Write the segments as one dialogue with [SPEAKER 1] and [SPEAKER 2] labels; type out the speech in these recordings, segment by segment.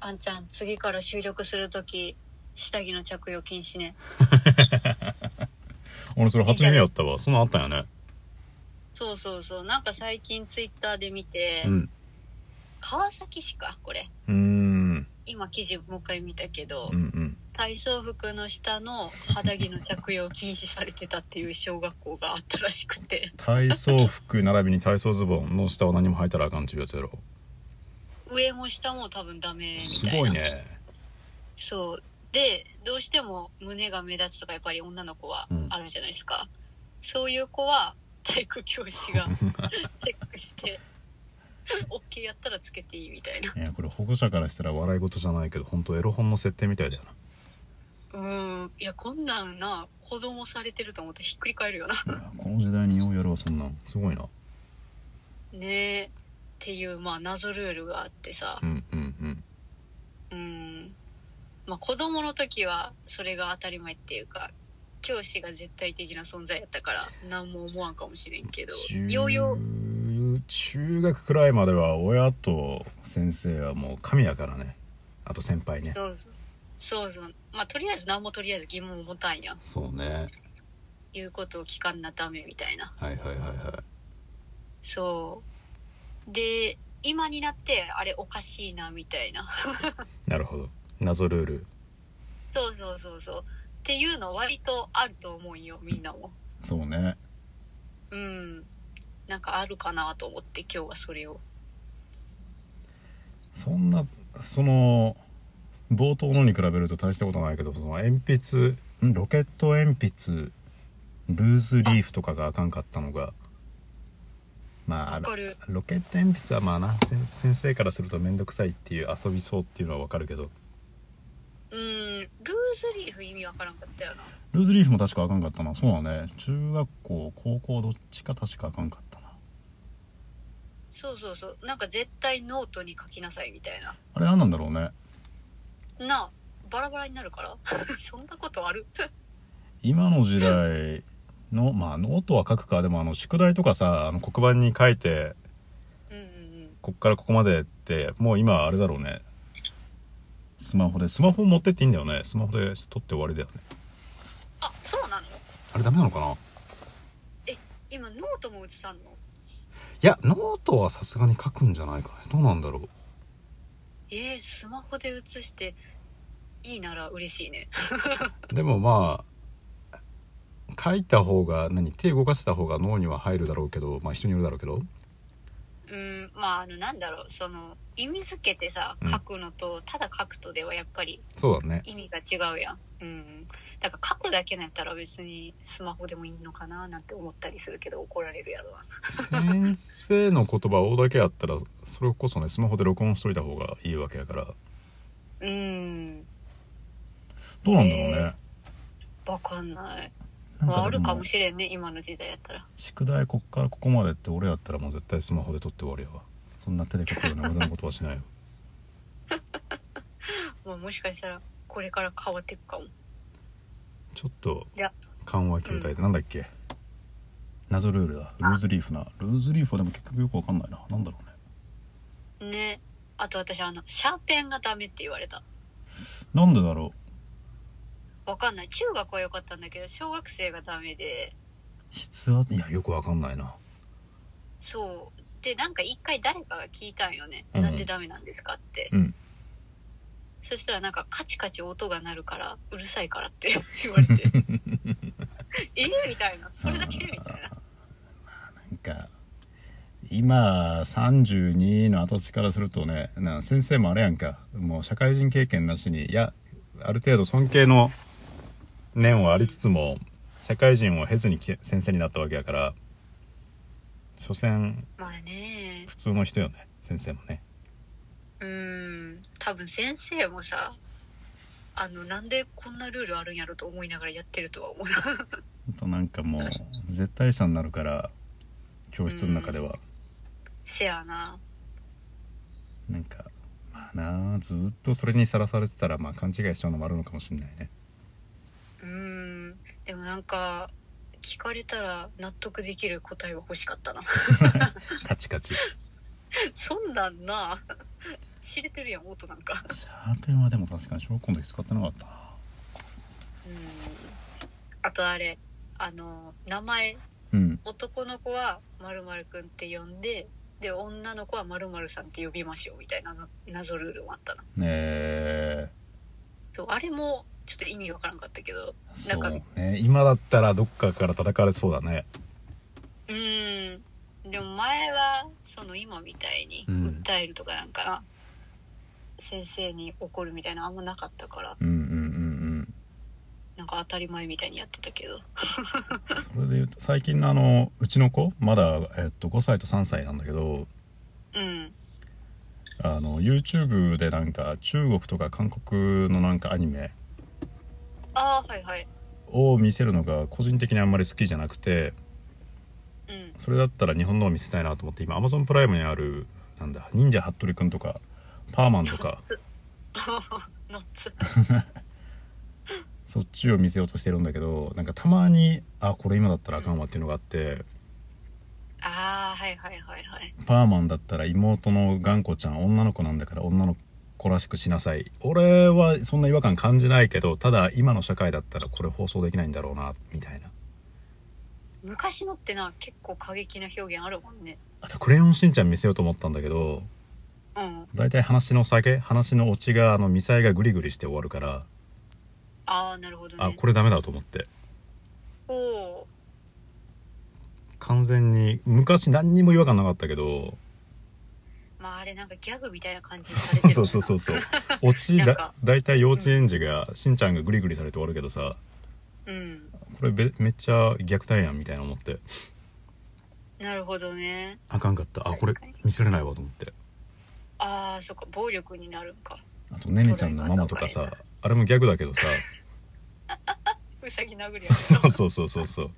[SPEAKER 1] あんちゃん次から収録するとき下着の着用禁止ね
[SPEAKER 2] 俺それ初耳やったわそんなんあったんやね
[SPEAKER 1] そうそうそうなんか最近ツイッターで見て、
[SPEAKER 2] うん
[SPEAKER 1] 川崎市かこれ
[SPEAKER 2] うーん
[SPEAKER 1] 今記事もう一回見たけど、
[SPEAKER 2] うんうん
[SPEAKER 1] 体操服の下の肌着の着用禁止されてたっていう小学校があったらしくて
[SPEAKER 2] 体操服並びに体操ズボンの下は何も履いたらあかんちゅうやつやろ
[SPEAKER 1] 上も下も多分ダメみ
[SPEAKER 2] す
[SPEAKER 1] たいな
[SPEAKER 2] ごいね
[SPEAKER 1] そうでどうしても胸が目立つとかやっぱり女の子はあるじゃないですか、そういう子は体育教師がチェックして OK やったらつけていいみたいない
[SPEAKER 2] やこれ保護者からしたら笑い事じゃないけど本当エロ本の設定みたいだよ
[SPEAKER 1] うんいやこんなんな子供されてると思ったらひっくり返るよな
[SPEAKER 2] ないやこの時代にようやるわそんなんすごいな
[SPEAKER 1] ねえっていうまあ謎ルールがあってさ
[SPEAKER 2] うんうんうん
[SPEAKER 1] うんまあ子供の時はそれが当たり前っていうか教師が絶対的な存在やったから何も思わんかもしれんけど
[SPEAKER 2] 中
[SPEAKER 1] ようよう
[SPEAKER 2] 中学くらいまでは親と先生はもう神やからねあと先輩ね
[SPEAKER 1] そうそうそうそうまあとりあえず何もとりあえず疑問を持たんやん
[SPEAKER 2] そうね
[SPEAKER 1] 言うことを聞かんなダメみたいな
[SPEAKER 2] はいはいはいは
[SPEAKER 1] そうで今になってあれおかしいなみたいない
[SPEAKER 2] なるほど謎ルール
[SPEAKER 1] そうそうそうそうっていうの割とあると思うんよみんなも
[SPEAKER 2] そうね
[SPEAKER 1] うんなんかあるかなと思って今日はそれを
[SPEAKER 2] そんなその冒頭のに比べると大したことないけどその鉛筆んロケット鉛筆ルーズリーフとかがあかんかったのがまあ
[SPEAKER 1] わかる
[SPEAKER 2] ロケット鉛筆はまあな先先生からすると面倒くさいっていう遊びそうっていうのはわかるけど
[SPEAKER 1] うんルーズリーフ意味わからんかったよな
[SPEAKER 2] ルーズリーフも確かあかんかったなそうだね中学校高校どっちか確かあかんかったな
[SPEAKER 1] そうそうそうなんか絶対ノートに書きなさいみたいな
[SPEAKER 2] あれ何なんだろうね
[SPEAKER 1] なあバラバラになるから そんなことある
[SPEAKER 2] 今の時代のまあノートは書くかでもあの宿題とかさあの黒板に書いて
[SPEAKER 1] うんうんうん
[SPEAKER 2] こっからここまでってもう今あれだろうねスマホでスマホ持ってっていいんだよねスマホで撮って終わりだよね
[SPEAKER 1] あそうなの
[SPEAKER 2] あれダメなのかない
[SPEAKER 1] 今ノートも写さんの
[SPEAKER 2] やノートはさすがに書くんじゃないかねどうなんだろう
[SPEAKER 1] えー、スマホで写していいなら嬉しいね
[SPEAKER 2] でもまあ書いた方が何手動かした方が脳には入るだろうけどまあ人によるだろうけど
[SPEAKER 1] うんまああのなんだろうその意味付けてさ
[SPEAKER 2] うん
[SPEAKER 1] 書くのと、ただ書くとではやっぱり
[SPEAKER 2] そうだ ね
[SPEAKER 1] 意味が違うやんうんだから書くだけなんやったら別にスマホでもいいのかななんて思ったりするけど怒られるやろな
[SPEAKER 2] 先生の言葉をだけあったらそれこそねスマホで録音しといた方がいいわけやから
[SPEAKER 1] うん
[SPEAKER 2] どうなんだろうね、
[SPEAKER 1] えーわかんない
[SPEAKER 2] なん
[SPEAKER 1] まああ
[SPEAKER 2] で
[SPEAKER 1] るかもしれんね今の時代やったら
[SPEAKER 2] 宿題こっからここまでって俺やったらもう絶対スマホで撮って終わりやわそんな手で書くような無駄なことはしないよ
[SPEAKER 1] まあもしかしたらこれから変わっていくかも
[SPEAKER 2] ちょっと
[SPEAKER 1] いや
[SPEAKER 2] 緩和球体ってなんだっけ、謎ルールだルーズリーフなルーズリーフはでも結局よくわかんないななんだろうね
[SPEAKER 1] ねあと私あのシャーペンがダメって言われた
[SPEAKER 2] なんでだろう
[SPEAKER 1] わかんない中学は良かったんだけど小学生がダメで
[SPEAKER 2] 筆圧いやよくわかんないな
[SPEAKER 1] そうでなんか一回誰かが聞いたんよね、
[SPEAKER 2] うん
[SPEAKER 1] なんでダメなんですかって、
[SPEAKER 2] うん
[SPEAKER 1] そしたらなんかカチカチ音が鳴るからうるさいからって 言わ れてえー、みたいなそれだけみたいな
[SPEAKER 2] なんか今32の私からするとねな先生もあれやんかもう社会人経験なしにいやある程度尊敬の念はありつつも社会人を経ずにき先生になったわけやから所詮
[SPEAKER 1] まあね
[SPEAKER 2] 普通の人よね先生もね
[SPEAKER 1] うーん多分先生もさあのなんでこんなルールあるんやろと思いながらやってるとは思う
[SPEAKER 2] ほんとなんかもう絶対者になるから教室の中では
[SPEAKER 1] せやな
[SPEAKER 2] なんかまあなあずっとそれにさらされてたらまあ勘違いしちゃうのもあるのかもしれないね
[SPEAKER 1] うーんでもなんか聞かれたら納得できる答 えは欲しかったな
[SPEAKER 2] カチカチ
[SPEAKER 1] そんなんな 知れてるやん音なんか
[SPEAKER 2] シャーペンはでも確かに小学校の時使ってなかったな
[SPEAKER 1] うんあとあれあの名前
[SPEAKER 2] うん
[SPEAKER 1] 男の子は〇〇くんって呼んでで女の子は〇〇さんって呼びましょうみたいなな謎ルールもあったな
[SPEAKER 2] え
[SPEAKER 1] そうあれもちょっと意味わからんかったけど
[SPEAKER 2] ー、そ
[SPEAKER 1] なん
[SPEAKER 2] うね今だったらどっかから叩かれそうだね
[SPEAKER 1] うーんでも前はその今みたいに
[SPEAKER 2] うん
[SPEAKER 1] 訴えるとかなんかな、先生に怒るみたいなのあんまなかったから
[SPEAKER 2] うんうんうん
[SPEAKER 1] なんか当たり前みたいにやってたけど
[SPEAKER 2] うんそれで言うと最近のあのうちの子まだ、えっと、5歳と3歳なんだけど
[SPEAKER 1] うん
[SPEAKER 2] あの YouTube でなんか中国とか韓国のなんかアニメ
[SPEAKER 1] ああはいはい
[SPEAKER 2] を見せるのが個人的にあんまり好きじゃなくて
[SPEAKER 1] うん
[SPEAKER 2] それだったら日本のを見せたいなと思って今 Amazon プライムにあるなんだ忍者服部くんとかパーマンとか
[SPEAKER 1] つ ノッツ
[SPEAKER 2] そっちを見せようとしてるんだけどなんかたまにあこれ今だったらあかんわっていうのがあって
[SPEAKER 1] ああはいはいはいはい
[SPEAKER 2] パーマンだったら妹の頑固ちゃん女の子なんだから女の子らしくしなさい俺はそんな違和感感じないけどただ今の社会だったらこれ放送できないんだろうなみたいな
[SPEAKER 1] 昔のってな結構過激な表現あるもんね
[SPEAKER 2] あと「クレヨンしんちゃん」見せようと思ったんだけど
[SPEAKER 1] うん
[SPEAKER 2] 大体話の下げ話のオチがあのミサイがグリグリして終わるから
[SPEAKER 1] ああなるほどね
[SPEAKER 2] あこれダメだと思って
[SPEAKER 1] おお
[SPEAKER 2] 完全に昔何にも違和感なかったけど
[SPEAKER 1] ーまああれなんかギャグみたいな感じにされてる
[SPEAKER 2] そうそうそ うそうオチ
[SPEAKER 1] なん
[SPEAKER 2] だ
[SPEAKER 1] か
[SPEAKER 2] 大体幼稚園児がしんちゃんがグリグリされて終わるけどさ
[SPEAKER 1] うん
[SPEAKER 2] これべめっちゃ虐待やんみたいな思って
[SPEAKER 1] なるほどね
[SPEAKER 2] あかんかったあこれ
[SPEAKER 1] 確かに
[SPEAKER 2] 見せれないわと思って
[SPEAKER 1] ああそっか暴力になるんか
[SPEAKER 2] あとねねちゃんのママとかさあれもギャグだけどさ
[SPEAKER 1] うさぎ殴るやつ
[SPEAKER 2] そうそうそうそうそう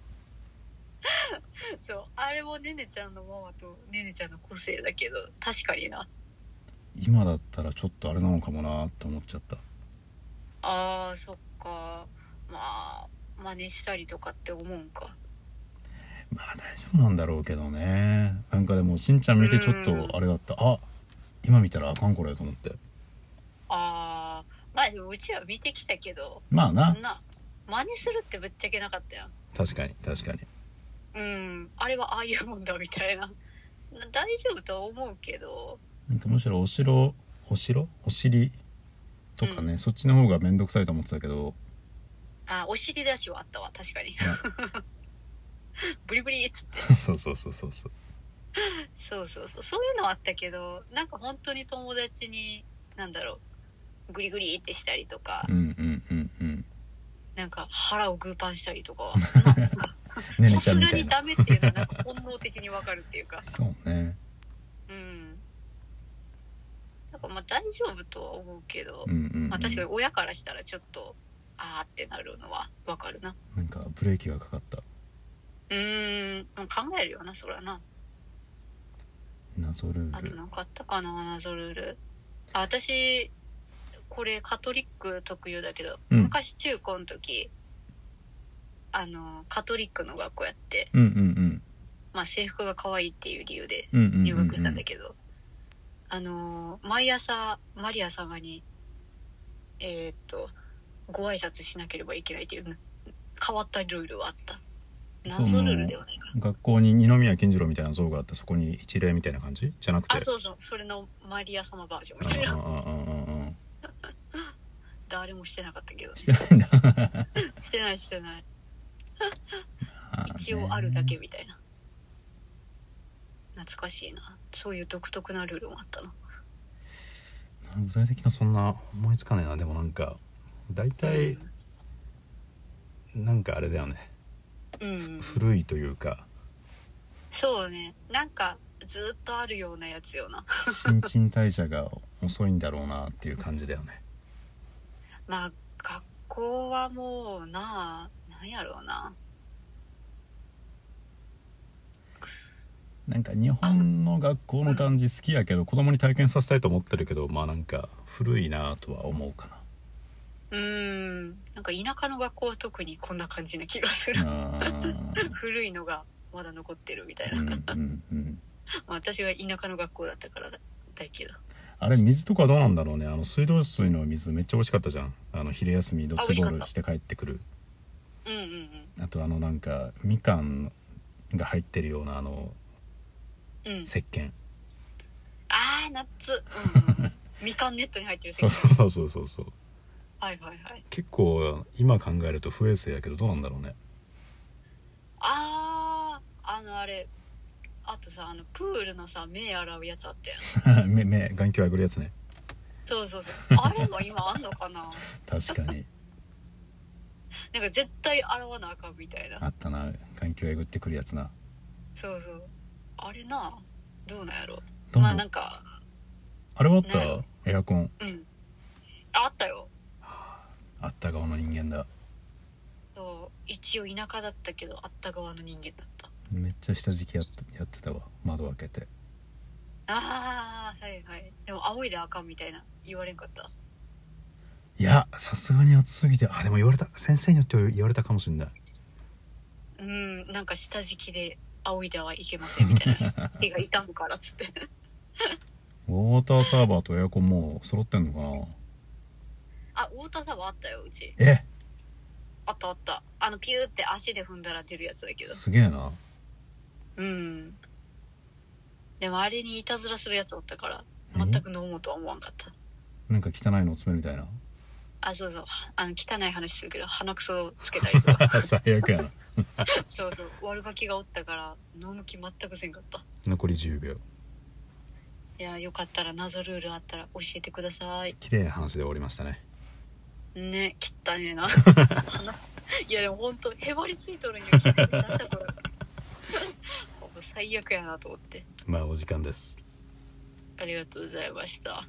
[SPEAKER 1] そうあれもねねちゃんのママとねねちゃんの個性だけど確かにな
[SPEAKER 2] 今だったらちょっとあれなのかもなって思っちゃった
[SPEAKER 1] あーそっかまあ真似したりとかって思うんか
[SPEAKER 2] まあ大丈夫なんだろうけどねなんかでもしんちゃん見てちょっとあれだったあ今見たらあかんこれと思って
[SPEAKER 1] あーまあでもうちら見てきたけど
[SPEAKER 2] まあ
[SPEAKER 1] そ
[SPEAKER 2] なん
[SPEAKER 1] な真似するってぶっちゃけなかったやん
[SPEAKER 2] 確かに確かに
[SPEAKER 1] うんあれはああいうもんだみたいな な大丈夫とは思うけど
[SPEAKER 2] なんかむしろお城お城お尻とかね、そっちの方が面倒くさいと思ってたけど
[SPEAKER 1] あお尻出しはあったわ確かに ブリブリっつって
[SPEAKER 2] そうそうそうそうそう
[SPEAKER 1] そうそうそうそういうのはあったけどなんか本当に友達になんだろうグリグリってしたりとか、
[SPEAKER 2] うんうんうんうん
[SPEAKER 1] なんか腹をグーパンしたりとか は
[SPEAKER 2] ねね
[SPEAKER 1] さ
[SPEAKER 2] ちゃ
[SPEAKER 1] す
[SPEAKER 2] んみ
[SPEAKER 1] が
[SPEAKER 2] たい
[SPEAKER 1] に
[SPEAKER 2] な
[SPEAKER 1] ダメっていうのはなんか本能的にわかるっていうか
[SPEAKER 2] そうね
[SPEAKER 1] うんなんかまあ大丈夫とは思うけど
[SPEAKER 2] う、んうん、うん、
[SPEAKER 1] まあ確かに親からしたらちょっとあーってなるのはわかるな
[SPEAKER 2] なんかブレーキがかかった
[SPEAKER 1] うーんまあ考えるよなそらな
[SPEAKER 2] 謎ル
[SPEAKER 1] あ
[SPEAKER 2] ー
[SPEAKER 1] と
[SPEAKER 2] ル
[SPEAKER 1] 何かあったかな謎ルールあ私これカトリック特有だけど、
[SPEAKER 2] うん
[SPEAKER 1] 昔中高の時あのカトリックの学校やって、
[SPEAKER 2] うんうん
[SPEAKER 1] まあ、制服が可愛いっていう理由で
[SPEAKER 2] うんうんうんうん
[SPEAKER 1] 入学したんだ
[SPEAKER 2] け
[SPEAKER 1] けど、あのー毎朝マリア様にえーっとご挨拶しなければいけないっていう変わったルールはあった謎ルールではないかな
[SPEAKER 2] 学校に二宮金次郎みたいな像があってそこに一礼みたいな感じじゃなくて
[SPEAKER 1] あそうそうそれのマリア様バージョンみたいな
[SPEAKER 2] うんうんうんうんうん
[SPEAKER 1] 誰もしてなかったけど
[SPEAKER 2] してないんだ
[SPEAKER 1] してないしてない一応あるだけみたいな懐かしいなそういう独特なルールもあったな
[SPEAKER 2] 具体的なそんな思いつかねえなでもなんか大体なんかあれだよね
[SPEAKER 1] うん、うん、
[SPEAKER 2] 古いというか
[SPEAKER 1] そうねなんかずっとあるようなやつよな
[SPEAKER 2] 新陳代謝が遅いんだろうなっていう感じだよね
[SPEAKER 1] まあ学校はもうななんやろうな
[SPEAKER 2] なんか日本の学校の感じ好きやけど子供に体験させたいと思ってるけどまあなんか古いなとは思うか
[SPEAKER 1] うーんなんか田舎の学校は特にこんな感じな気がする、
[SPEAKER 2] なあー
[SPEAKER 1] 古いのがまだ残ってるみたいな、
[SPEAKER 2] うんうんうん
[SPEAKER 1] まあ私は田舎の学校だったからだだけど
[SPEAKER 2] あれ水とかどうなんだろうねあの水道水の水めっちゃ美味しかったじゃんあの昼休みドッジボールして帰ってくる
[SPEAKER 1] うんうんうん
[SPEAKER 2] あとあのなんかみかんが入ってるようなあの
[SPEAKER 1] うん
[SPEAKER 2] 石鹸
[SPEAKER 1] ああナッツうんうんうんみかんネットに入ってる
[SPEAKER 2] そう
[SPEAKER 1] 席
[SPEAKER 2] そうそうそうそうそう
[SPEAKER 1] はいはいはい
[SPEAKER 2] 結構今考えると不衛生やけどどうなんだろうね
[SPEAKER 1] あああのあれあとさあのプールのさ目洗うやつあったやん
[SPEAKER 2] 目目眼球あぐるやつね
[SPEAKER 1] そうそうそう あれも今あんのかな
[SPEAKER 2] 確か に
[SPEAKER 1] なんか絶対洗わなあかんみたいな
[SPEAKER 2] あったな眼球えぐってくるやつな
[SPEAKER 1] そうそうあれなどうなんやろ
[SPEAKER 2] ど
[SPEAKER 1] ま
[SPEAKER 2] うな
[SPEAKER 1] あ
[SPEAKER 2] ん
[SPEAKER 1] なんか
[SPEAKER 2] あれはあった、
[SPEAKER 1] ね
[SPEAKER 2] エアコン
[SPEAKER 1] うんああったよ
[SPEAKER 2] あった側の人間だ
[SPEAKER 1] そう一応田舎だったけどあった側の人間だった
[SPEAKER 2] めっちゃ下敷きやってやってたわ窓開けて
[SPEAKER 1] ああはいはいでも仰いであかんみたいな言われんかった
[SPEAKER 2] いやさすがに暑すぎてあでも言われた先生によっては言われたかもしれない
[SPEAKER 1] うんなんか下敷きで仰いではいけませんみたいな手が痛むからっつって
[SPEAKER 2] ウォーターサーバーとエアコンもう揃ってんのか
[SPEAKER 1] あ太田さんはあったようち
[SPEAKER 2] なえ
[SPEAKER 1] あったあったあのピューって足で踏んだら出るやつだけど
[SPEAKER 2] すげえな
[SPEAKER 1] うんでもあれにいたずらするやつおったから
[SPEAKER 2] 何
[SPEAKER 1] 全く飲もうとは思わんかった
[SPEAKER 2] なんか汚いのを詰めみたい な
[SPEAKER 1] あそうそうあの汚い話するけど鼻くそつけたりと か
[SPEAKER 2] 最悪やな
[SPEAKER 1] そうそう悪ガキがおったから飲む気全くせんかった
[SPEAKER 2] 残り10秒
[SPEAKER 1] いやよかったら謎ルールあったら教えてください
[SPEAKER 2] 綺麗な話で終わりましたね
[SPEAKER 1] ねきったねえな鼻いやでもほんとへばりついとるんよきったねなんだこれ最悪やなと思って
[SPEAKER 2] まあお時間です
[SPEAKER 1] ありがとうございました